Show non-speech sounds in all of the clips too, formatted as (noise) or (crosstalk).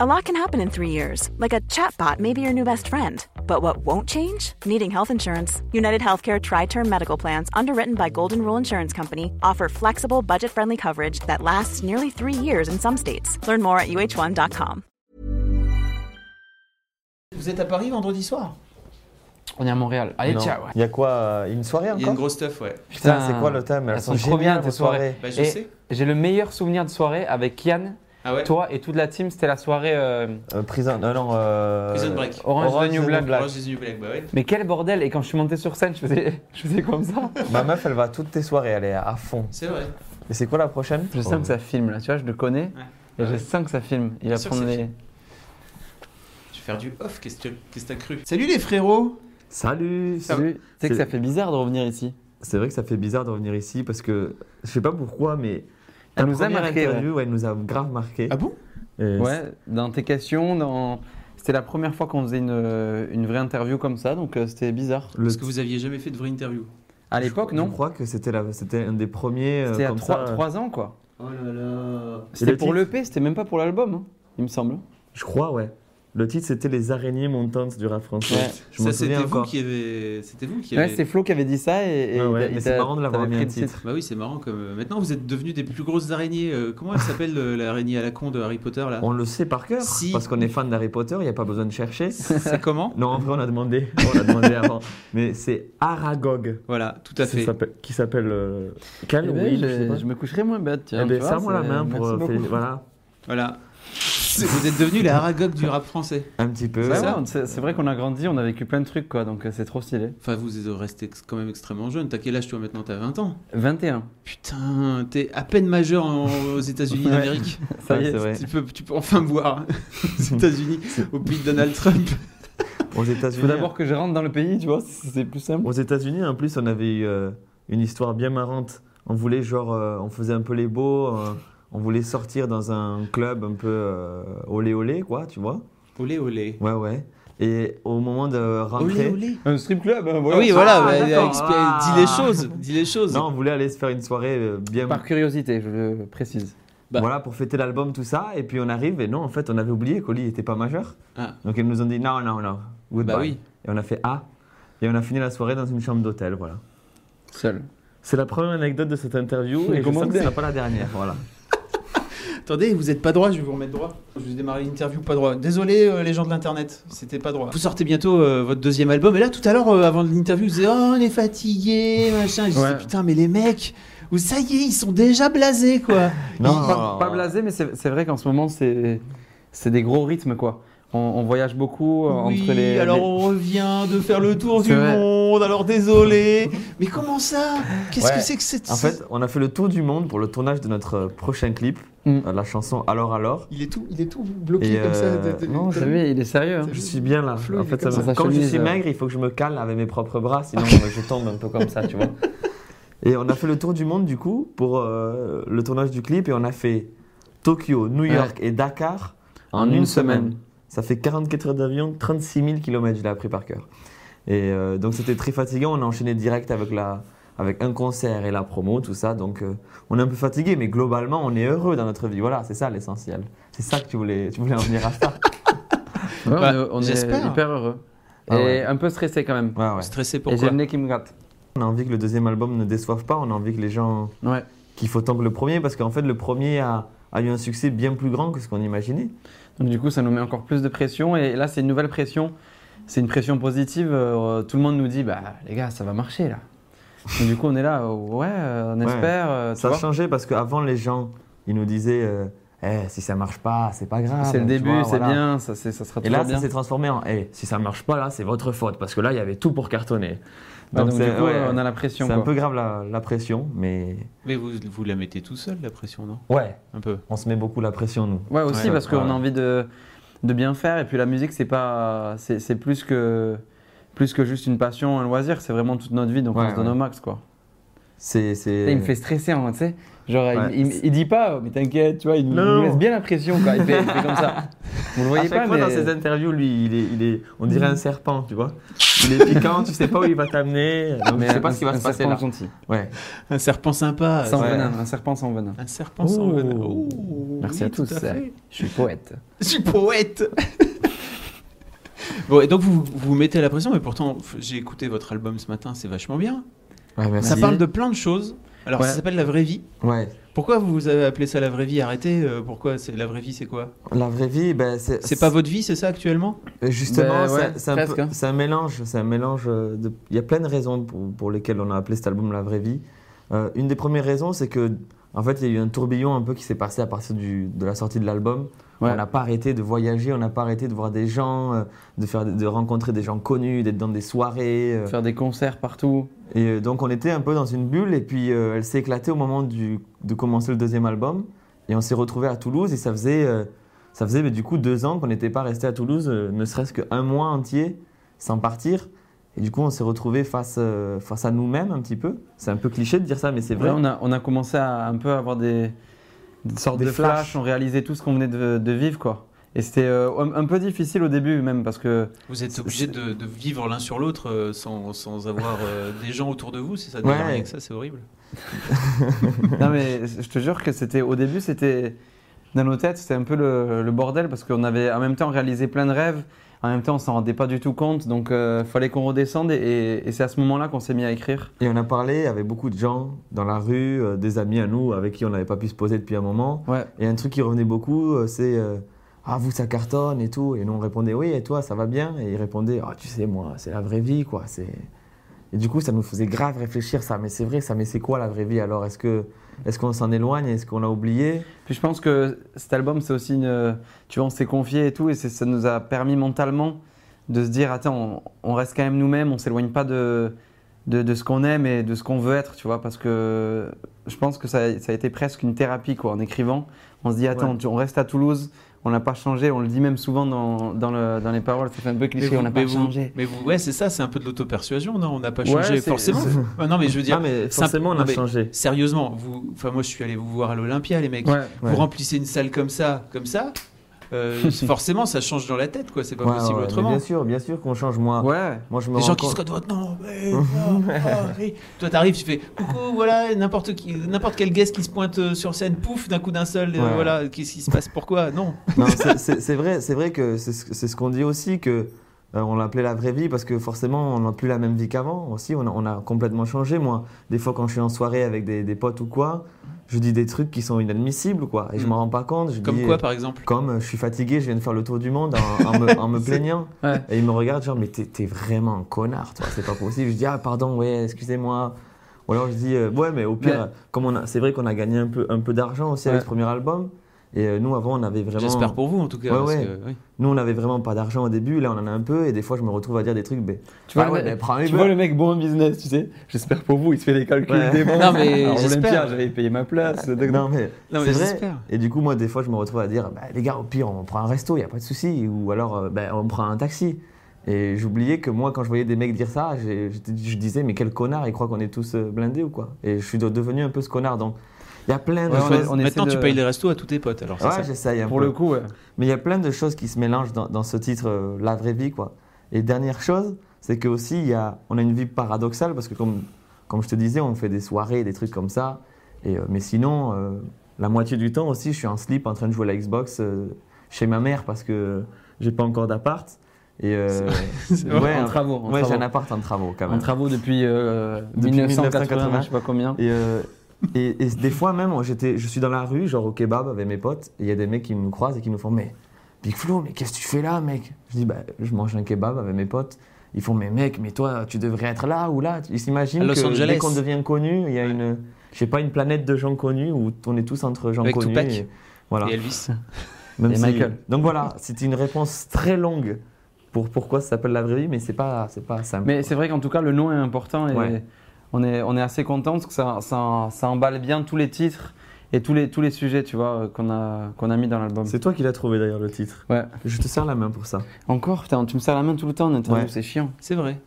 A lot can happen in three years, like a chatbot may be your new best friend. But what won't change? Needing health insurance. United Healthcare Tri Term Medical Plans, underwritten by Golden Rule Insurance Company, offer flexible, budget friendly coverage that lasts nearly three years in some states. Learn more at uh1.com. Vous êtes à Paris vendredi soir On est à Montréal. Allez, Non. ciao. Il y a quoi euh, Une soirée encore Il y a une grosse stuff, ouais. Putain, c'est quoi le thème Elles elles sont, sont trop bien géniales, tes vos soirées. soirées. Bah, je Et- sais. J'ai le meilleur souvenir de soirée avec Yann, Ah ouais toi et toute la team. C'était la soirée. euh, Euh, prison, euh, non, euh, Prison Break. Orange Orange is the New is the Black. Black. Orange is the New Black, bah ouais. Mais quel bordel Et quand je suis monté sur scène, je faisais, (laughs) je faisais comme ça. (laughs) Ma meuf, elle va à toutes tes soirées, elle est à fond. C'est vrai. Et c'est quoi la prochaine Je sens que ça filme là, tu vois, je le connais. Ouais. Et je sens que ça filme. Il Bien va sûr prendre que ça les. Je vais faire du off, qu'est-ce que qu'est-ce que t'as cru Salut les frérots Salut, Tu sais que ça fait bizarre de revenir ici. C'est vrai que ça fait bizarre de revenir ici parce que je sais pas pourquoi, mais Elle ta nous a première marqué. ouais. interview, elle nous a grave marqué. Ah bon Ouais, dans tes questions, dans... c'était la première fois qu'on faisait une, une vraie interview comme ça, donc euh, c'était bizarre. Le... Parce que vous aviez jamais fait de vraie interview. À l'époque, Je non crois que c'était la- c'était un des premiers. euh, C'était à comme 3, ça, euh, ans, quoi. Oh là là. C'était le pour titre l'EP, c'était même pas pour l'album, hein, il me semble. Je crois, ouais. Le titre, c'était Les araignées montantes du rap français. Ouais. Je ça m'en c'était souviens vous encore. qui avez. C'était vous qui Ouais, avez. c'est Flo qui avait dit ça et, et Ouais, ouais, il- mais il c'est t'a- marrant de l'avoir t'avais mis pris un le titre. bah oui, c'est marrant comme. euh, Maintenant vous êtes devenus des plus grosses araignées. euh, Comment elle s'appelle le- l'araignée à la con de Harry Potter là On le sait par cœur, Si. parce qu'on est fan d'Harry Potter, il n'y a pas besoin de (laughs) chercher. C'est comment non, en vrai, on a demandé, on l'a demandé avant. Mais c'est Aragog Voilà, tout à ça fait. s'appelle- qui s'appelle euh, Cal Eh ben, Will, je sais je, pas. je me coucherai moins bête, Eh tiens. ben, tu vois, serre-moi la c'est- main pour merci euh, beaucoup. faire- voilà, Voilà. C'est- Vous êtes devenus les Aragog du rap français. un petit peu. Ouais, ça. ouais, on- C'est c'est vrai qu'on a grandi, on a vécu plein de trucs, quoi, donc euh, c'est trop stylé. Enfin, vous restez ex- quand même extrêmement jeune. T'as quel âge toi maintenant T'as 20 ans 21. Putain, t'es à peine majeur en- aux États-Unis Ouais. d'Amérique. Ça Ouais, y est, c'est vrai. Tu peux, tu peux enfin boire hein, aux États-Unis, au pays de Donald Trump. Aux Il faut États-Unis. d'abord que je rentre dans le pays, tu vois, c'est c'est plus simple. Aux États-Unis, en plus, on avait eu euh, une histoire bien marrante. On voulait, genre, euh, on faisait un peu les beaux, euh, on voulait sortir dans un club un peu euh, olé olé, quoi, tu vois. Olé, olé. Ouais, ouais. Et au moment de Olé, rentrer, olé. Un strip club, hein, Ah voilà. oui, voilà, Ah, bah, d'accord. expé- Ah. dis les choses, dis les choses. non, on voulait aller se faire une soirée euh, bien. Par curiosité, je le précise. Bah. Voilà, pour fêter l'album, tout ça. Et puis on arrive, et non, en fait, on avait oublié qu'Oli n'était pas majeur. Ah. Donc ils nous ont dit non, non, non. Goodbye. Bah oui. Et on a fait Ah. Et on a fini la soirée dans une chambre d'hôtel, voilà. Seul. C'est la première anecdote de cette interview, Mais et je comment sens que ce dire sera pas la dernière, voilà. Attendez, vous êtes pas droit, je vais vous remettre droit. Je vais démarrer l'interview pas droit. Désolé euh, les gens de l'internet, c'était pas droit. Vous sortez bientôt euh, votre deuxième album et là tout à l'heure euh, avant l'interview, vous disiez "Oh, on est fatigué, machin." Et Je Ouais. disais "Putain, mais les mecs, ou ça y est, ils sont déjà blasés quoi." (laughs) Non, pas, Ah. pas blasé, mais c'est c'est vrai qu'en ce moment, c'est c'est des gros rythmes, quoi. On, on voyage beaucoup euh, oui, entre les. alors les- on revient de faire le tour C'est du vrai. monde, alors désolé. Mais comment ça Qu'est-ce Ouais. que c'est que cette En fait, on a fait le tour du monde pour le tournage de notre prochain clip, Mm. euh, la chanson Alors Alors. il est tout il est tout bloqué Et, comme ça. euh, de- de- non, T'as vu, il est sérieux. hein. Je suis bien là. Flo, en il est fait, ça comme me- ça. comme je Sa suis chemise, maigre, euh. il faut que je me cale avec mes propres (laughs) bras, sinon euh, je tombe un peu comme ça, (laughs) tu vois. Et on a fait le tour du monde du coup pour euh, le tournage du clip et on a fait Tokyo, New York et Dakar en, une semaine. Ça fait 44 heures d'avion, 36 000 km, je l'ai appris par cœur. Et euh, donc c'était très fatigant, on a enchaîné direct avec, la, avec un concert et la promo, tout ça. Donc euh, on est un peu fatigué, mais globalement on est heureux dans notre vie. Voilà, c'est ça l'essentiel. C'est ça que tu voulais, tu voulais en venir à (laughs) ça. Ouais, on Bah, est- on est, j'espère. hyper heureux. Ah et ouais. un peu stressé quand même. Ouais, ouais. Stressé et j'ai pourquoi le nez qui me gratte. On a envie que le deuxième album ne déçoive pas, on a envie que les gens Ouais. qu'il faut tant que le premier, parce qu'en fait le premier a, a eu un succès bien plus grand que ce qu'on imaginait. Donc du coup, ça nous met encore plus de pression. Et là, c'est une nouvelle pression. C'est une pression positive. euh, tout le monde nous dit, bah les gars, ça va marcher là. Donc, du coup, on est là, euh, ouais, euh, on Ouais. espère. euh, tu Ça a vois. changé parce qu'avant les gens, ils nous disaient euh, Eh, si ça marche pas, c'est pas grave. c'est le Ah, tu début, vois, c'est voilà. bien, ça, c'est- ça sera Et toujours là, bien. ça s'est transformé en Eh, si ça marche pas là, c'est votre faute parce que là, il y avait tout pour cartonner. Ouais, Bah, donc, c'est- du coup, euh, ouais, on a la pression. c'est un quoi. peu grave la, la pression, mais Mais vous vous la mettez tout seul la pression, non ouais, Un peu. on se met beaucoup la pression nous. Ouais, aussi Ouais, parce ouais. qu'on a envie de, de bien faire. Et puis la musique, c'est pas, c'est c'est plus que plus que juste une passion, un loisir. C'est vraiment toute notre vie, donc on Ouais, se donne ouais. au max, quoi. C'est c'est. Et il me fait stresser, hein, tu sais. Genre, il- Ouais. il, il dit pas, oh, mais t'inquiète, tu vois, il nous- Non, nous (laughs) non. laisse bien la pression, quoi. Il fait, il fait comme ça. Vous le voyez à chaque pas, fois mais dans ses interviews, lui, il est, il est, on dirait un serpent, tu vois. Il est piquant, tu sais pas où il va t'amener, donc tu sais pas un- ce qui va un se passer serpent là. gentil. Ouais. Un serpent sympa. Sans ouais. venin, un serpent sans venin. Un serpent sans Oh. venin. Oh, Merci oui, à tous. tout fait. Je suis poète. Je suis poète. bon, et donc vous vous vous mettez à la pression, mais pourtant f- j'ai écouté votre album ce matin, c'est vachement bien. Ouais, merci. Ça parle de plein de choses. Alors Ouais. ça s'appelle la vraie vie. Ouais. Pourquoi vous avez appelé ça la vraie vie Arrêtez. euh, pourquoi c'est la vraie vie C'est quoi La vraie vie, ben, c'est. C'est pas votre vie, c'est ça actuellement Euh, Justement, Ben ouais, c'est- c'est un, presque, peu- hein. c'est un mélange. C'est un mélange. euh, de- Il y a plein de raisons pour, pour lesquelles on a appelé cet album La Vraie Vie. Euh, une des premières raisons, c'est que en fait, il y a eu un tourbillon un peu qui s'est passé à partir du- de la sortie de l'album. Ouais. On n'a pas arrêté de voyager, on n'a pas arrêté de voir des gens, euh, de, faire, de rencontrer des gens connus, d'être dans des soirées. euh, Faire des concerts partout. et euh, donc on était un peu dans une bulle et puis euh, elle s'est éclatée au moment du- de commencer le deuxième album. Et on s'est retrouvés à Toulouse et ça faisait, euh, ça faisait mais du coup deux ans qu'on n'était pas resté à Toulouse, euh, ne serait-ce qu'un mois entier sans partir. Et du coup on s'est retrouvés face, euh, face à nous-mêmes un petit peu. C'est un peu cliché de dire ça mais c'est C'est vrai. vrai, on a, on a commencé à un peu avoir des, des sortes Des de flashs. flashs. On réalisait tout ce qu'on venait de, de vivre, quoi. Et c'était euh, un, un peu difficile au début, même, parce (laughs) que. Vous êtes obligé de, de vivre l'un sur l'autre euh, sans, sans avoir euh, des gens autour de vous, c'est ça Ouais. déjà, rien que ça, c'est horrible. non, mais je te jure que c'était. Au début, c'était. Dans nos têtes, c'était un peu le, le bordel, parce qu'on avait en même temps réalisé plein de rêves. En même temps, on s'en rendait pas du tout compte, donc euh, fallait qu'on redescende. Et, et- et c'est à ce moment-là qu'on s'est mis à écrire. Et on a parlé avec beaucoup de gens dans la rue, euh, des amis à nous avec qui on n'avait pas pu se poser depuis un moment. Ouais. Et un truc qui revenait beaucoup, euh, c'est euh, Ah, vous, ça cartonne et tout. Et nous, on répondait Oui, et toi, ça va bien Et ils répondaient Ah, tu sais, moi, c'est la vraie vie, quoi. C'est... Et du coup, ça nous faisait grave réfléchir, ça. Mais c'est vrai, ça, mais c'est quoi la vraie vie alors est-ce, que, est-ce qu'on s'en éloigne Est-ce qu'on l'a oublié Puis je pense que cet album, c'est aussi une. Tu vois, on s'est confié et tout, et c'est- ça nous a permis mentalement de se dire attends, on, on reste quand même nous-mêmes, on s'éloigne pas de, de, de ce qu'on aime et de ce qu'on veut être, tu vois, parce que je pense que ça, a- ça a été presque une thérapie, quoi, en écrivant. On se dit attends, Ouais. tu- on reste à Toulouse, on n'a pas changé, on le dit même souvent dans, dans, le- dans les paroles, c'est un peu cliché, on n'a pas vous- changé. mais vous- ouais, c'est ça, c'est un peu de l'auto-persuasion, non On n'a pas Ouais, changé, c'est- forcément. Ah, non, mais je veux dire, Ah, mais simple- forcément, on non, a mais changé. Sérieusement, vous, enfin moi je suis allé vous voir à l'Olympia, les mecs. Ouais. Vous Ouais. remplissez une salle comme ça, comme ça. euh, forcément, ça change dans la tête, quoi. C'est pas Ouais, possible ouais, mais autrement. Bien sûr, bien sûr qu'on change. Moi, Ouais. moi je me Les rends gens qui compte- se codent votre nom. (laughs) mais non, ah, oui. Toi, t'arrives, tu fais coucou, voilà, n'importe qui, n'importe quel guest qui se pointe euh, sur scène, pouf, d'un coup d'un seul, euh, Ouais. voilà, qu'est-ce qui se passe, pourquoi Non. Non, c'est- c'est c'est vrai, c'est vrai que c'est ce c'est ce qu'on dit aussi que euh, on l'appelait la vraie vie parce que forcément on n'a plus la même vie qu'avant aussi. On a, on a complètement changé. Moi, des fois quand je suis en soirée avec des, des potes ou quoi, je dis des trucs qui sont inadmissibles quoi, et je Mm. m'en rends pas compte. Je Comme dis, quoi, euh, par exemple Comme euh, je suis fatigué, je viens de faire le tour du monde en, en me, (laughs) en me plaignant. Ouais. Et ils me regardent genre mais t'es t'es vraiment un connard, toi. C'est pas possible. Je dis ah pardon, ouais, excusez-moi. Ou alors je dis euh, ouais mais au pire, Mais- euh, comme on a- c'est vrai qu'on a gagné un peu un peu d'argent aussi Ouais. avec ce premier album. Et euh, nous avant on avait vraiment. J'espère pour vous en tout cas. Ouais, parce ouais. que, oui. Nous, on n'avait vraiment pas d'argent au début, là, on en a un peu, et des fois, je me retrouve à dire des trucs. Ben, Tu vois, ah le ouais, mec- ben, bah, prends les tu bœufs. vois le mec bon en business, tu sais. J'espère pour vous, il se fait les calculs Ouais. des bons. Non, mais Alors, j'espère. Olympia, j'avais payé ma place. donc- Non, mais Non, mais c'est vrai. j'espère. Et du coup, moi, des fois, je me retrouve à dire bah, les gars, au pire, on prend un resto, il n'y a pas de souci, ou alors euh, ben, on prend un taxi. Et j'oubliais que moi, quand je voyais des mecs dire ça, j'ai- j'étais- je disais mais quel connard, ils croient qu'on est tous euh, blindés ou quoi. Et je suis de- devenu un peu ce connard, donc il y a plein de Ouais, on est- choses. on essaie Maintenant, de- tu payes les restos à tous tes potes. Alors, c'est ça. Ouais, j'essaye un Pour peu. le coup, ouais. Mais il y a plein de choses qui se mélangent dans, dans ce titre, euh, la vraie vie, quoi. Et dernière chose, c'est que aussi, il y a, on a une vie paradoxale parce que comme, comme je te disais, on fait des soirées, des trucs comme ça. Et, euh, mais sinon, euh, la moitié du temps aussi, je suis en slip en train de jouer à la Xbox euh, chez ma mère parce que j'ai pas encore d'appart. Et euh, C'est vrai. ouais, en un- travaux. En ouais, j'ai travaux. un appart en travaux quand En même. travaux depuis, euh, Depuis 1980, 1980, je sais pas combien. Et, euh, et, et des fois même, j'étais, je suis dans la rue, genre au kebab avec mes potes, et il y a des mecs qui nous croisent et qui nous font Mais Big Flo, mais qu'est-ce que tu fais là, mec Je dis Bah, je mange un kebab avec mes potes. Ils font Mais mec, mais toi, tu devrais être là ou là. Ils s'imaginent À Los que Angeles. dès qu'on devient connu, il y a une, je sais pas, une planète de gens connus où on est tous entre gens Avec connus. Tupac. et- voilà. Et Elvis. Même Et si- Michael. Donc voilà, c'était une réponse très longue pour pourquoi ça s'appelle la vraie vie, mais c'est pas, c'est pas simple. Mais c'est vrai qu'en tout cas, le nom est important et Ouais. on, est, on est assez content parce que ça, ça, ça emballe bien tous les titres et tous les, tous les sujets, tu vois, euh, qu'on a, qu'on a mis dans l'album. C'est toi qui l'as trouvé d'ailleurs le titre. Ouais. Je te sers la main pour ça. Encore, putain, tu me sers la main tout le temps en interview, Ouais. c'est chiant. C'est vrai.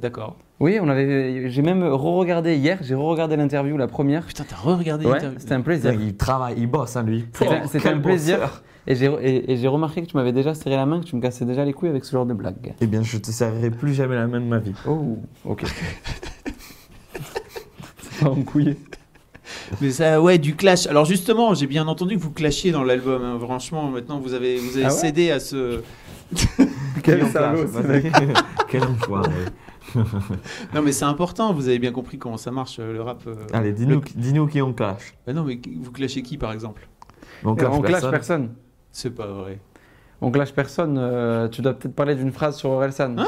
D'accord. Oui, on avait, j'ai même re-regardé hier, j'ai re-regardé l'interview, la première. Putain, t'as re-regardé Ouais, l'interview. c'était un plaisir. Il travaille, il bosse, hein, lui. C'était- Oh, C'était quel un plaisir. bosseur. Et j'ai et- et j'ai remarqué que tu m'avais déjà serré la main, que tu me cassais déjà les couilles avec ce genre de blague. Eh bien, je te servirai plus jamais la main de ma vie. Oh, (laughs) ok. C'est pas encouillé. Mais ça, ouais, du clash. Alors justement, j'ai bien entendu que vous clashiez dans l'album. hein. Franchement, maintenant, vous avez, vous avez Ah ouais cédé à ce. (laughs) Quel enfoiré, salaud, je sais ce pas. (laughs) Quel enfoiré. Non, mais c'est important. Vous avez bien compris comment ça marche euh, le rap. euh. Allez, dis-nous dis-nous qui on clash. Bah non, mais vous clashez qui par exemple On clash on clash personne. personne. C'est pas vrai. On clash personne. euh, tu dois peut-être parler d'une phrase sur Orelsan. Hein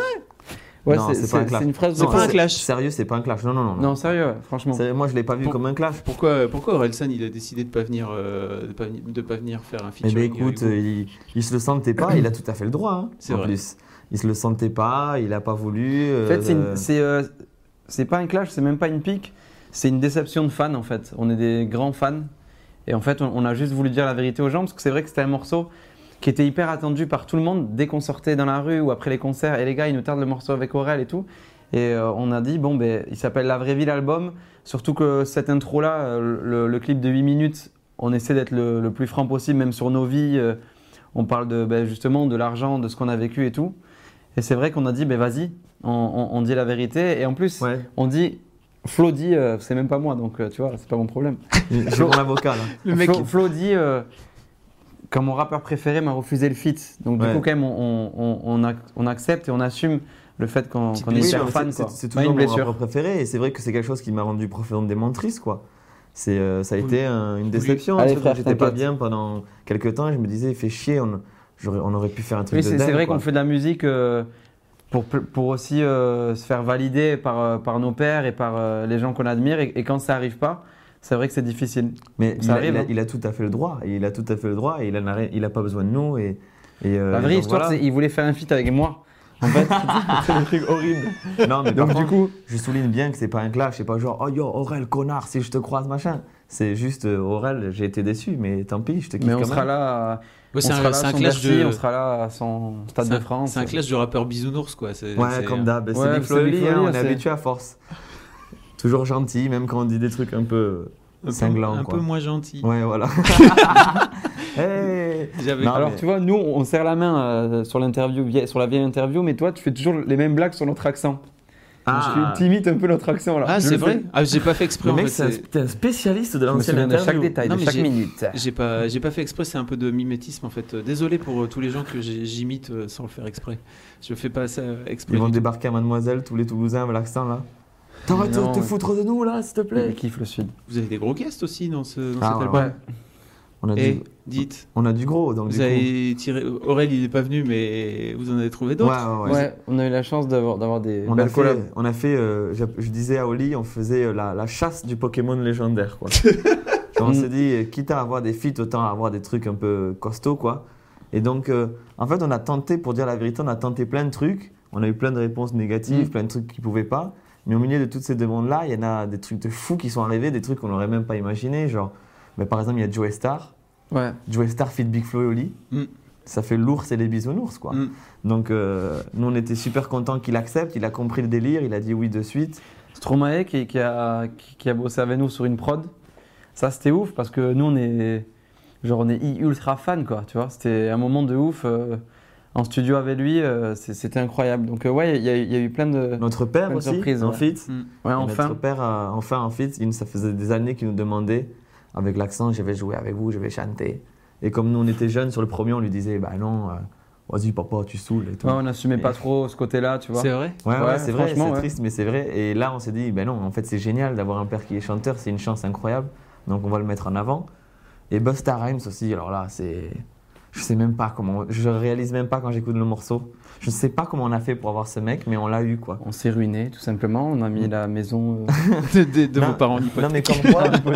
ouais, Non, c'est- c'est pas un c'est clash. c'est une phrase. C'est de- Non, pas un c'est- clash. Sérieux, c'est pas un clash. Non, non, non. non. Non, sérieux, ouais, franchement. C'est- Moi, je l'ai pas vu Bon. comme un clash. Pourquoi, pourquoi Orelsan il a décidé de pas venir, euh, de, pas, veni- de pas venir faire un Eh featuring ben avec écoute, vous euh, il, il se le sentait pas, il a tout à fait le droit. hein, C'est en vrai. plus, il se le sentait pas, il a pas voulu. En euh, fait, c'est une- c'est euh, c'est pas un clash, c'est même pas une pique. C'est une déception de fans, en fait. On est des grands fans. Et en fait, on, on a juste voulu dire la vérité aux gens parce que c'est vrai que c'était un morceau qui était hyper attendu par tout le monde dès qu'on sortait dans la rue ou après les concerts. Et les gars, ils nous tardent le morceau avec Aurel et tout. Et euh, on a dit, bon, ben, il s'appelle La Vraie Vie l'album. Surtout que cette intro-là, euh, le, le clip de 8 minutes, on essaie d'être le, le plus franc possible, même sur nos vies. Euh, on parle de, ben, justement de l'argent, de ce qu'on a vécu et tout. Et c'est vrai qu'on a dit, ben vas-y, on, on- on dit la vérité. Et en plus, Ouais, on dit, Flo dit, euh, c'est même pas moi, donc euh, tu vois, c'est pas mon problème. j'ai mon avocat là. Le mec, Flo, Flo dit, euh, quand mon rappeur préféré m'a refusé le feat. Donc Ouais. du coup, quand même, on, on- on ac- on accepte et on assume le fait qu'on Petite qu'on est Oui, blessure, hyper mais fan. c'est- quoi. c'est- C'est Ouais, toujours mon rappeur préféré et c'est vrai que c'est quelque chose qui m'a rendu profondément triste quoi. C'est euh, ça a Oui. été un- une déception. Allez, un truc où frère, J'étais pas t'inquiète. bien pendant quelques temps et je me disais il fait chier. On, j'aurais- on aurait pu faire un truc Oui, de c'est dingue, c'est vrai quoi. qu'on fait de la musique euh, pour, pl- pour aussi euh, se faire valider par, euh, par nos pères et par euh, les gens qu'on admire. Et, et quand ça arrive pas, c'est vrai que c'est difficile. Mais Ça il, a- arrive, il a, hein. il a tout à fait le droit. Il a tout à fait le droit et il en a, ri- il a pas besoin de nous et. et, euh, la et vraie donc histoire, voilà. c'est qu'il voulait faire un feat avec moi. En fait, (laughs) c'est un (laughs) truc horrible. Non, (laughs) mais par Donc du contre, coup, je souligne bien que c'est pas un clash, c'est pas genre oh yo Aurel connard si je te croise machin. C'est juste euh, Aurel, j'ai été déçu, mais tant pis, je te kiffe mais on quand sera même. là. à- Ouais, c'est on sera un, là c'est à un son clash Bercy, de. on sera là à son Stade c'est un- de France. C'est un clash de rappeur bisounours quoi. C'est- Ouais, c'est- comme d'hab, c'est Ouais, Big c'est Flo et Big Oli, Flo et hein, Oli, on est c'est- habitué à force. Toujours gentil, même quand on dit des trucs un peu. un peu- cinglant, Un quoi. peu moins gentil. Ouais, voilà. Hey J'avais- Non, Alors mais- tu vois, nous on serre la main euh, sur l'interview, vieille- sur la vieille interview, mais toi tu fais toujours les mêmes blagues sur notre accent. Ah, Tu imites un peu notre accent là. Ah, Je c'est le vrai fais. Ah, j'ai pas fait exprès le en mec, fait. c'est un, c'est- t'es un spécialiste de Je me l'ancienne souviens de interview. chaque détail, Non, de mais chaque j'ai- minute. J'ai pas, j'ai pas fait exprès, c'est un peu de mimétisme en fait. Euh, Désolé pour euh, tous les gens que j'ai- j'imite euh, sans le faire exprès. Je fais pas ça euh, exprès. Ils vont du tout. débarquer à Mademoiselle, tous les Toulousains avec l'accent là. T'arrêtes de Non, te mais- foutre de nous là, s'il te plaît. Il kiffe le sud. Vous avez des gros guests aussi dans, ce, dans Ah, cet ouais, album. ouais. On a, Et du, dites, on a du gros, donc vous du coup. avez tiré. Aurel, il est pas venu, mais vous en avez trouvé Ouais, d'autres. ouais, Ouais, ouais. on a eu la chance d'avoir d'avoir des On a, belles fait, collabs. on a fait, euh, je, je disais à Oli, on faisait euh, la, la chasse du Pokémon (laughs) légendaire. Quoi. Et on Mm. s'est dit, euh, quitte à avoir des feats, autant avoir des trucs un peu costauds. Quoi. Et donc, euh, en fait, on a tenté, pour dire la vérité, on a tenté plein de trucs. On a eu plein de réponses négatives, Mm. plein de trucs qui ne pouvaient pas. Mais au milieu de toutes ces demandes-là, il y en a des trucs de fous qui sont arrivés, des trucs qu'on n'aurait même pas imaginé. Genre, mais par exemple, il y a Joe Star. Ouais. Joe Star feat Big Flo et Oli. Mm. Ça fait l'ours et les bisounours, quoi. Mm. Donc, euh, nous, on était super contents qu'il accepte. Il a compris le délire, il a dit oui de suite. Stromae qui, qui a, qui, qui a bossé avec nous sur une prod. Ça, c'était ouf parce que nous, on est, genre, on est i- ultra fan, quoi. Tu vois, c'était un moment de ouf. euh, en studio avec lui, euh, c'est- c'était incroyable. Donc, euh, ouais, il y, a eu- il y a eu plein de. Notre père Bonne aussi, surprise, en ouais. Mm. fit. Ouais, Et enfin. Notre père, euh, enfin, en fit. Il, ça faisait des années qu'il nous demandait, avec l'accent, je vais jouer avec vous, je vais chanter. Et comme nous, on était jeunes, sur le premier, on lui disait, bah non, euh, vas-y, papa, tu saoules et tout. Ah Ouais, on n'assumait pas trop ce côté-là, tu vois. C'est vrai Ouais, ouais, Ouais, c'est vrai, c'est franchement, ouais. triste, mais c'est vrai. Et là, on s'est dit, ben non, en fait, c'est génial d'avoir un père qui est chanteur, c'est une chance incroyable. Donc, on va le mettre en avant. Et Busta Rhymes aussi, alors là, c'est. Je sais même pas comment. Je réalise même pas quand j'écoute le morceau. Je sais pas comment on a fait pour avoir ce mec, mais on l'a eu, quoi. On s'est ruiné, tout simplement. On a mis la maison. euh, (laughs) De, de- de Non, vos parents, Non, l'hypothèse. mais comme (laughs) quoi,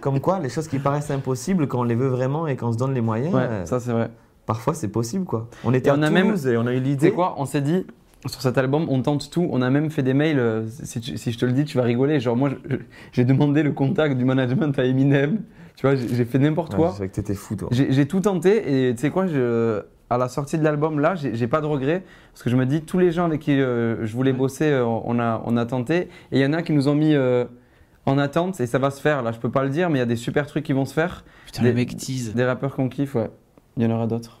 comme quoi, les choses qui paraissent impossibles, quand on les veut vraiment et qu'on se donne les moyens, euh, Ouais, ça, c'est vrai. parfois, c'est possible, quoi. On était Et à on a même- Toulouse et on a eu Tu sais l'idée. quoi On s'est dit, sur cet album, on tente tout. On a même fait des mails. euh, Si, tu- si je te le dis, tu vas rigoler. Genre, moi, je- j'ai demandé le contact du management à Eminem. Tu vois, j'ai j'ai fait n'importe Ouais, quoi. je savais que t'étais fou, toi. J'ai j'ai tout tenté et tu sais quoi, je- à la sortie de l'album, là, j'ai j'ai pas de regrets parce que je me dis, tous les gens avec qui euh, je voulais Ouais. bosser, euh, on, a, on a tenté et il y en a qui nous ont mis euh, en attente et ça va se faire. Là, je peux pas le dire, mais il y a des super trucs qui vont se faire. Putain, le Des- mec tease. Des rappeurs qu'on kiffe, ouais. Il y en aura d'autres.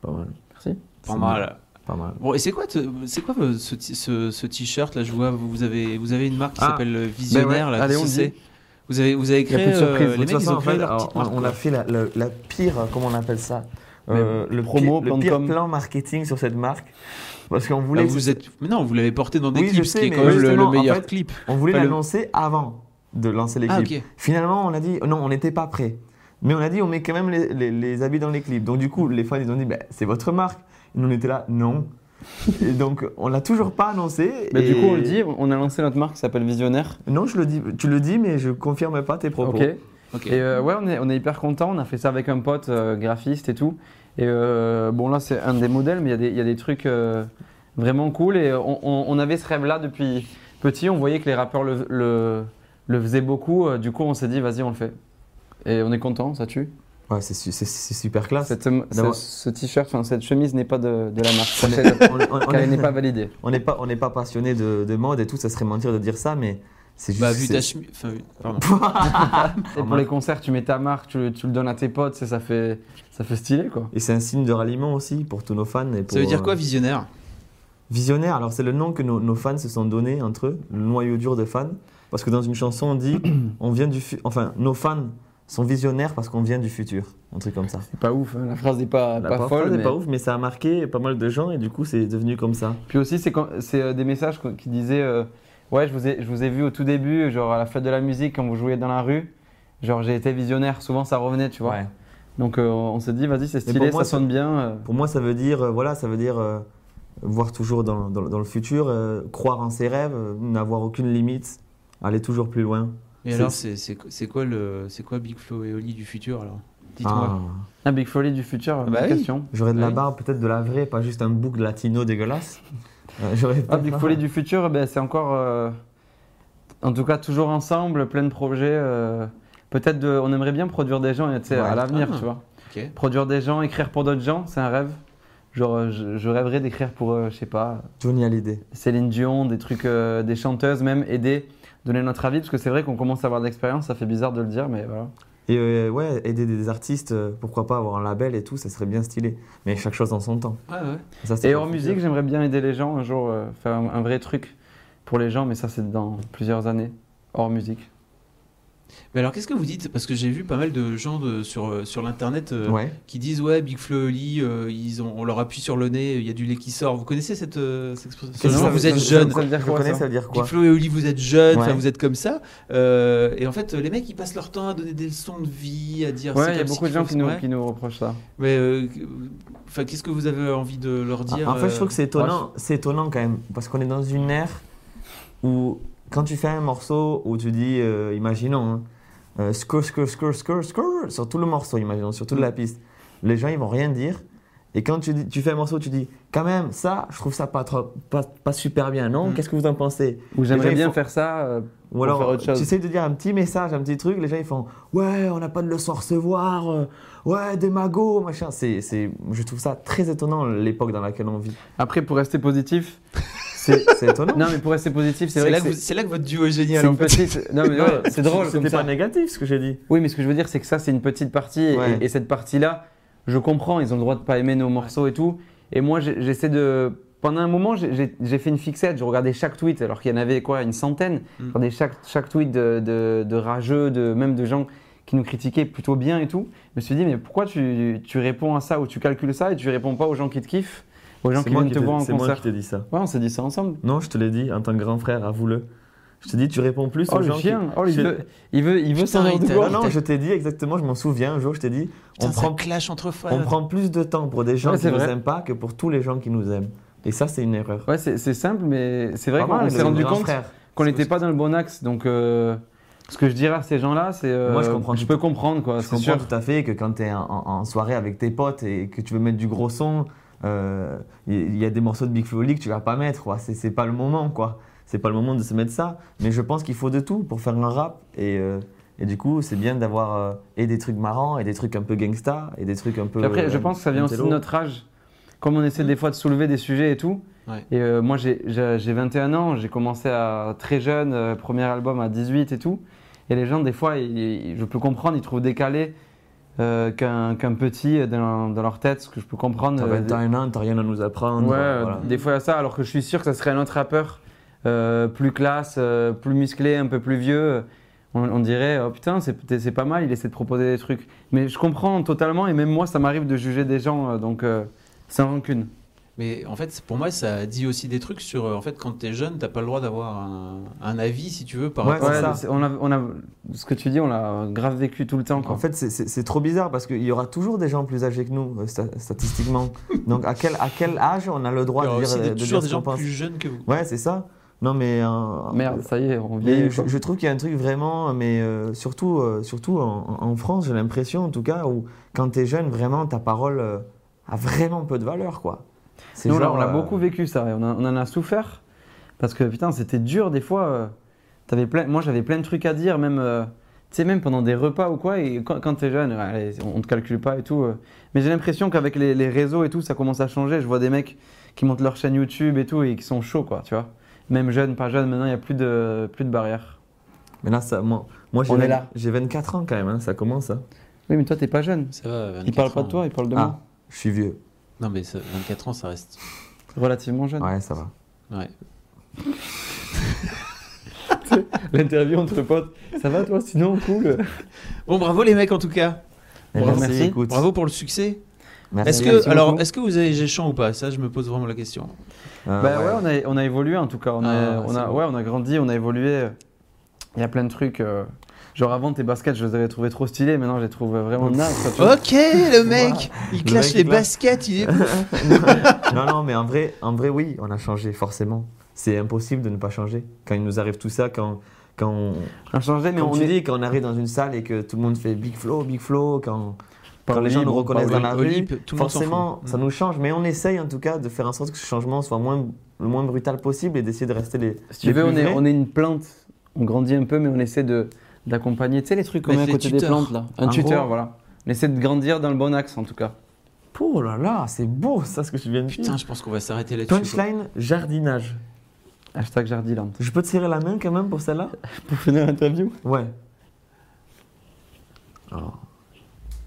Pas mal. Merci. Pas mal. Pas mal. Bon, et c'est quoi, te- c'est quoi euh, ce, ti- ce- ce t-shirt là Je vois, vous vous avez, vous avez une marque qui Ah, s'appelle euh, Visionnaire. ben ouais, là, allez, qu'est-ce on que dit. c'est vous avez, vous avez Il y a créé. plus de surprise. euh, De les De mecs, toute ils ont façon, en créé fait, leur alors, petite on, marque. on a fait la, le- la pire, euh, comment on appelle ça Euh, le, promo, pire, plan le de pire com. plan marketing sur cette marque. Parce qu'on Ah, voulait, vous êtes. Mais non, vous l'avez porté dans des Oui, je clips, sais, ce qui est mais quand même le- le, justement, en meilleur fait, clip. on voulait Pas le- l'annoncer avant de lancer les Ah, clips. ok. Finalement, on a dit, non, on n'était pas prêt. Mais on a dit, on met quand même les, les- les habits dans les clips. Donc, du coup, les fans, ils ont dit, Bah, c'est votre marque. Et nous, on était là, non. (laughs) et donc, on l'a toujours pas annoncé. Mais du et- coup, on le dit, on a lancé notre marque qui s'appelle Visionnaire. Non, je le dis, tu le dis, mais je confirme pas tes propos. Ok. Ok. Et euh, ouais, on est, on est hyper content. On a fait ça avec un pote euh, graphiste et tout. Et euh, bon, là, c'est un des modèles, mais il y a des- il y, a des trucs euh, vraiment cool. Et on, on- on avait ce rêve-là depuis petit. On voyait que les rappeurs le, le, le faisaient beaucoup. Euh, Du coup, on s'est dit, vas-y, on le fait. Et on est content, ça tue. Ouais, c'est su- c'est- c'est super classe. Cette, ce- d'abord- ce t-shirt, enfin, cette chemise n'est pas de, de la marque. Sachez- On- on- on- car Elle n'est pas validée. On n'est pas, on n'est pas passionné de, de mode et tout, ça serait mentir de dire ça, mais c'est juste. Bah, vu c'est- ta chemise. Enfin, oui, pardon. Et pour les concerts, tu mets ta marque, tu, le- tu le donnes à tes potes, c'est- ça fait, ça fait stylé, quoi. Et c'est un signe de ralliement aussi pour tous nos fans. Et pour, Ça veut dire euh, quoi, visionnaire Visionnaire, alors c'est le nom que nos, nos fans se sont donné entre eux, le noyau dur de fans. Parce que dans une chanson, on (clears throat) dit on vient du fu- Enfin, nos fans sont visionnaires parce qu'on vient du futur. Un truc comme ça. C'est pas ouf, hein. la phrase n'est pas, La pas parole folle. n'est mais- pas ouf, mais ça a marqué pas mal de gens et du coup, c'est devenu comme ça. Puis aussi, c'est quand- c'est euh, des messages qu- qui disaient euh, Ouais, je vous, ai, je vous ai vu au tout début, genre à la fête de la musique, quand vous jouiez dans la rue. Genre, j'ai été visionnaire, souvent ça revenait, tu vois. Donc, euh, on s'est dit, vas-y, c'est pour stylé, moi, ça sonne bien. euh. Pour moi, ça veut dire, euh, voilà, ça veut dire euh, voir toujours dans, dans- dans le futur, euh, croire en ses rêves, euh, n'avoir aucune limite, aller toujours plus loin. Et C'est- alors, c'est c'est quoi- c'est quoi le, c'est quoi Big Flo et Oli du futur alors Dites-moi. Ah, Ah, Big Folly du futur, euh, Bah bonne oui. question. J'aurais de la Oui. barbe, peut-être de la vraie, pas juste un bouc latino dégueulasse. Euh, j'aurais Ah, pas- Big Folly du futur, ben, c'est encore. euh, en tout cas, toujours ensemble, plein de projets. euh, Peut-être de- on aimerait bien produire des gens tu sais, Ouais. à l'avenir, Ah. tu vois. Ok. Produire des gens, écrire pour d'autres gens, c'est un rêve. Genre, euh, je, je rêverais d'écrire pour, euh, je sais pas, Johnny Hallyday. Céline Dion, des trucs, euh, des chanteuses même, aider, donner notre avis, parce que c'est vrai qu'on commence à avoir de l'expérience, ça fait bizarre de le dire, mais voilà. Et euh, ouais, aider des artistes, euh, pourquoi pas avoir un label et tout, ça serait bien stylé. Mais chaque chose en son temps. Ouais, ouais. Ça, c'est Et pour en le musique, futur. j'aimerais bien aider les gens un jour, euh, faire un, un vrai truc pour les gens, mais ça c'est dans plusieurs années, hors musique. Mais alors, qu'est-ce que vous dites Parce que j'ai vu pas mal de gens de- sur, euh, sur l'internet euh, Ouais. qui disent Ouais, Big Flo et Oli, euh, ils ont, on leur appuie sur le nez, il y a du lait qui sort. Vous connaissez cette, euh, cette expression Qu'est-ce que Genre, ça veut- Vous êtes ça- ça- jeune. Ça veut dire Je quoi, connais, ça ça veut dire Big quoi Flo et Oli, vous êtes jeunes, enfin, Ouais. vous êtes comme ça. Euh, et en fait, les mecs, ils passent leur temps à donner des leçons de vie, à dire. c'est Ouais, il y a comme si beaucoup de qu'il gens faut- qui nous, ouais. qui nous reprochent ça. Mais euh, enfin, qu'est-ce que vous avez envie de leur dire Ah, euh? En fait, je trouve que c'est étonnant, ouais, c'est étonnant quand même, parce qu'on est dans une ère où quand tu fais un morceau où tu dis, euh, imaginons, hein, euh, skrr, skrr, skrr, skrr, skrr, sur tout le morceau, imaginons, sur toute Mm. la piste, les gens ils vont rien dire. Et quand tu, dis- tu fais un morceau, tu dis, quand même, ça, je trouve ça pas, trop- pas, pas super bien, non Mm. Qu'est-ce que vous en pensez Ou j'aimerais gens, ils bien font- faire ça. euh, faire Ou alors, autre chose. tu essayes de dire un petit message, un petit truc, les gens ils font, ouais, on n'a pas de leçon à recevoir, euh, ouais, des magots, machin. C'est, c'est, je trouve ça très étonnant l'époque dans laquelle on vit. Après, pour rester positif, C'est, (laughs) c'est étonnant. non mais pour rester positif, c'est C'est vrai là, que que vous- c'est- c'est là que votre duo est c'est génial. en une fait. petite. Non mais ouais, c'est drôle comme C'était ça. pas négatif ce que j'ai dit. Oui, mais ce que je veux dire, c'est que ça, c'est une petite partie. et- Ouais. Et, cette partie-là, je comprends, ils ont le droit de pas aimer nos morceaux et tout. Et moi, j'ai- j'essaie de. Pendant un moment, j'ai- j'ai j'ai fait une fixette. Je regardais chaque tweet, alors qu'il y en avait quoi, une centaine. Mm. Je regardais chaque, chaque tweet de, de- de rageux, de, même de gens qui nous critiquaient plutôt bien et tout. Je me suis dit, mais pourquoi tu, tu réponds à ça ou tu calcules ça et tu réponds pas aux gens qui te kiffent, aux gens C'est qui moi viennent te t'ai- voir en c'est moi concert qui t'ai dit ça. Ouais, on s'est dit ça ensemble. Non, je te l'ai dit en tant que grand frère, avoue-le. Je te dis, tu réponds plus Oh aux le gens. qui- chien, oh, il je- veut, il veut, il veut Putain, s'en il t'a- Non, non, Putain. je t'ai dit exactement, je m'en souviens un jour, je t'ai dit, Putain, on ça prend, clash entre frères. on prend plus de temps pour des gens Ouais, qui c'est nous vrai. aiment pas que pour tous les gens qui nous aiment. Et ça, c'est une erreur. Ouais, c'est c'est simple, mais c'est vrai Vraiment, qu'on le s'est rendu grand compte frère. qu'on C'est n'était pas dans le bon axe. Donc, euh, Ce que je dirais à ces gens-là, c'est. euh, Moi, je comprends Je tout. peux comprendre, quoi. Je C'est comprends sûr. tout à fait que quand tu es en, en- en soirée avec tes potes et que tu veux mettre du gros son, euh, il y, a des morceaux de Big Flo Oli que tu vas pas mettre. quoi. C'est c'est pas le moment, quoi. C'est pas le moment de se mettre ça. Mais je pense qu'il faut de tout pour faire un rap. Et, euh, et du coup, c'est bien d'avoir euh, et des trucs marrants, et des trucs un peu gangsta, et des trucs un peu. Puis après, je euh, pense que ça vient aussi de intello. notre âge. Comme on essaie des fois de soulever des sujets et tout. Ouais. Et euh, moi, j'ai- j'ai j'ai 21 ans, j'ai commencé à très jeune, euh, premier album à 18 et tout. Et les gens, des fois, ils- ils- je peux comprendre, ils trouvent décalé euh, qu'un qu'un petit euh, dans, dans leur tête, ce que je peux comprendre. T'as euh, 21 ans, t'as rien à nous apprendre. Ouais, euh, voilà. des fois ça, alors que je suis sûr que ça serait un autre rappeur euh, plus classe, euh, plus musclé, un peu plus vieux. On, on dirait, oh putain, c'est peut-être- c'est pas mal, il essaie de proposer des trucs. Mais je comprends totalement, et même moi, ça m'arrive de juger des gens, euh, donc euh, sans rancune. Mais en fait, pour moi, ça dit aussi des trucs sur. euh, En fait, quand t'es jeune, t'as pas le droit d'avoir un, un avis, si tu veux, par Ouais, rapport c'est Ouais, ça. c'est- on a, on a- ce que tu dis, on l'a grave vécu tout le temps. Quoi. En fait, c'est- c'est c'est trop bizarre parce qu'il y aura toujours des gens plus âgés que nous, euh, sta- statistiquement. Donc, à quel, à quel âge on a le droit Il y aura de aussi dire, euh, des- de toujours dire des ce qu'on gens pense plus jeunes que vous. Ouais, c'est ça. Non, mais. euh, Merde, ça y est, on Mais vieillit. je, quoi. je trouve qu'il y a un truc vraiment, mais euh, surtout, euh, surtout en, en France, j'ai l'impression en tout cas, où quand t'es jeune, vraiment, ta parole euh, a vraiment peu de valeur, quoi. C'est Nous, là, genre, on l'a euh, beaucoup vécu, ça, et on, a- on en a souffert. Parce que, putain, c'était dur, des fois. euh, t'avais plein, moi, j'avais plein de trucs à dire, même, euh, tu sais, même pendant des repas ou quoi. Et quand, quand t'es jeune, ouais, allez, on ne te calcule pas et tout. euh. Mais j'ai l'impression qu'avec les, les réseaux et tout, ça commence à changer. Je vois des mecs qui montent leur chaîne YouTube et tout, et qui sont chauds, quoi, tu vois. Même jeunes, pas jeunes, maintenant, il n'y a plus de, plus de barrières. Mais là, ça, moi, moi j'ai On est vingt- là. j'ai 24 ans quand même, hein, ça commence. hein. Oui, mais toi, t'es pas jeune. Ça va, 24 Ils parlent pas de ans. toi, ils parlent de Ah, moi. je suis vieux. Non, mais ça- 24 ans, ça reste. Relativement jeune. Ouais, ça va. Ouais. L'interview entre potes. Ça va, toi Sinon, cool. Bon, bravo les mecs, en tout cas. Mais Bravo. Merci. écoute. Bravo pour le succès. Merci. Est-ce Merci que, alors, beaucoup. est-ce que vous avez Géchant ou pas Ça, je me pose vraiment la question. Euh, Bah ouais. ouais, (laughs) on, a, on a évolué en tout cas. On, Ah, a, on, a, c'est ouais, on a grandi, on a évolué. Il y a plein de trucs. euh, genre avant, tes baskets, je les avais trouvés trop stylés. Maintenant, je les trouve vraiment naze. quoi, tu vois. Ok, le mec, il Le clash mec, les il clash. baskets, il est. (laughs) non, non, mais en vrai, en vrai, oui, on a changé, forcément. C'est impossible de ne pas changer. Quand il nous arrive tout ça, quand, quand on, On a changé, mais Comme on tu est. dis, quand on arrive dans une salle et que tout le monde fait Big Flow, Big Flow, quand, quand Paoli, les gens nous bon, reconnaissent dans Paoli, la rue, Oli, tout le monde s'en fout. forcément, Mm. ça nous change. Mais on essaye en tout cas de faire en sorte que ce changement soit moins, le moins brutal possible et d'essayer de rester les. Si tu les veux, plus on est, vrais. on est une plante. On grandit un peu, mais on essaie de d'accompagner. Tu sais, les trucs qu'on Mettre les met à côté des tuteurs. plantes là. Un En tuteur, gros. voilà. On essaie de grandir dans le bon axe en tout cas. Oh là là, c'est beau ça ce que je viens de dire. Putain, je pense qu'on va s'arrêter là-dessus. Punchline, jardinage. Hashtag Jardiland. Je peux te serrer la main quand même pour (laughs) celle-là Pour finir l'interview, Ouais.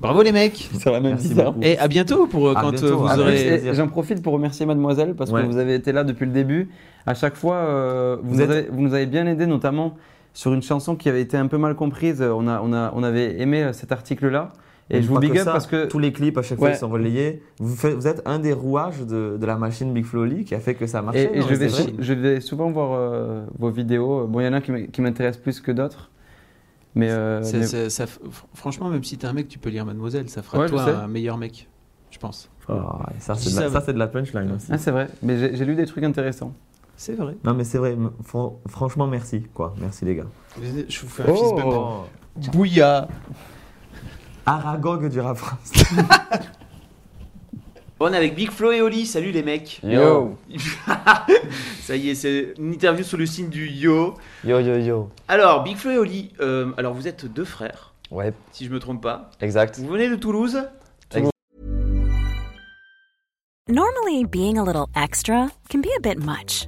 Bravo les mecs. c'est la même Merci bizarre. beaucoup. Et à bientôt pour euh, À quand bientôt, euh, vous à aurez. bientôt. J'en profite pour remercier mademoiselle parce Ouais. que vous avez été là depuis le début. À chaque fois, euh, vous, Vous êtes- avez- vous nous avez bien aidé, notamment sur une chanson qui avait été un peu mal comprise. Euh, On, a, on, a, on avait aimé euh, cet article-là. Et Mais je vous pas big que up ça, parce que. Tous les clips à chaque Ouais. fois ils sont relayés. Vous, faites- vous êtes un des rouages de, de la machine Big Flow Lee qui a fait que ça marche. Et, et je, vais, sou- je vais souvent voir euh, vos vidéos. Bon, il y en a qui m- qui m'intéressent plus que d'autres. Mais. euh, Ça- mais- ça- ça f- fr- franchement, même si t'es un mec, tu peux lire Mademoiselle, ça fera Ouais, je toi sais. un meilleur mec, je pense. Oh, ça, Je c'est de, savais. la- ça, c'est de la punchline aussi. Ah, c'est vrai. Mais j'ai j'ai lu des trucs intéressants. C'est vrai. Non mais c'est vrai, m- fran- franchement merci quoi, merci les gars. Je vous fais un Oh. fist bump. Bouilla. Aragog du rap français. On est avec Big Flo et Oli, salut les mecs Yo. Ça y est, c'est une interview sous le signe du yo Yo yo yo. Alors, Big Flo et Oli, euh, alors vous êtes deux frères, Ouais, si je me trompe pas. exact. Vous venez de Toulouse Normally, being a little extra can be a bit much,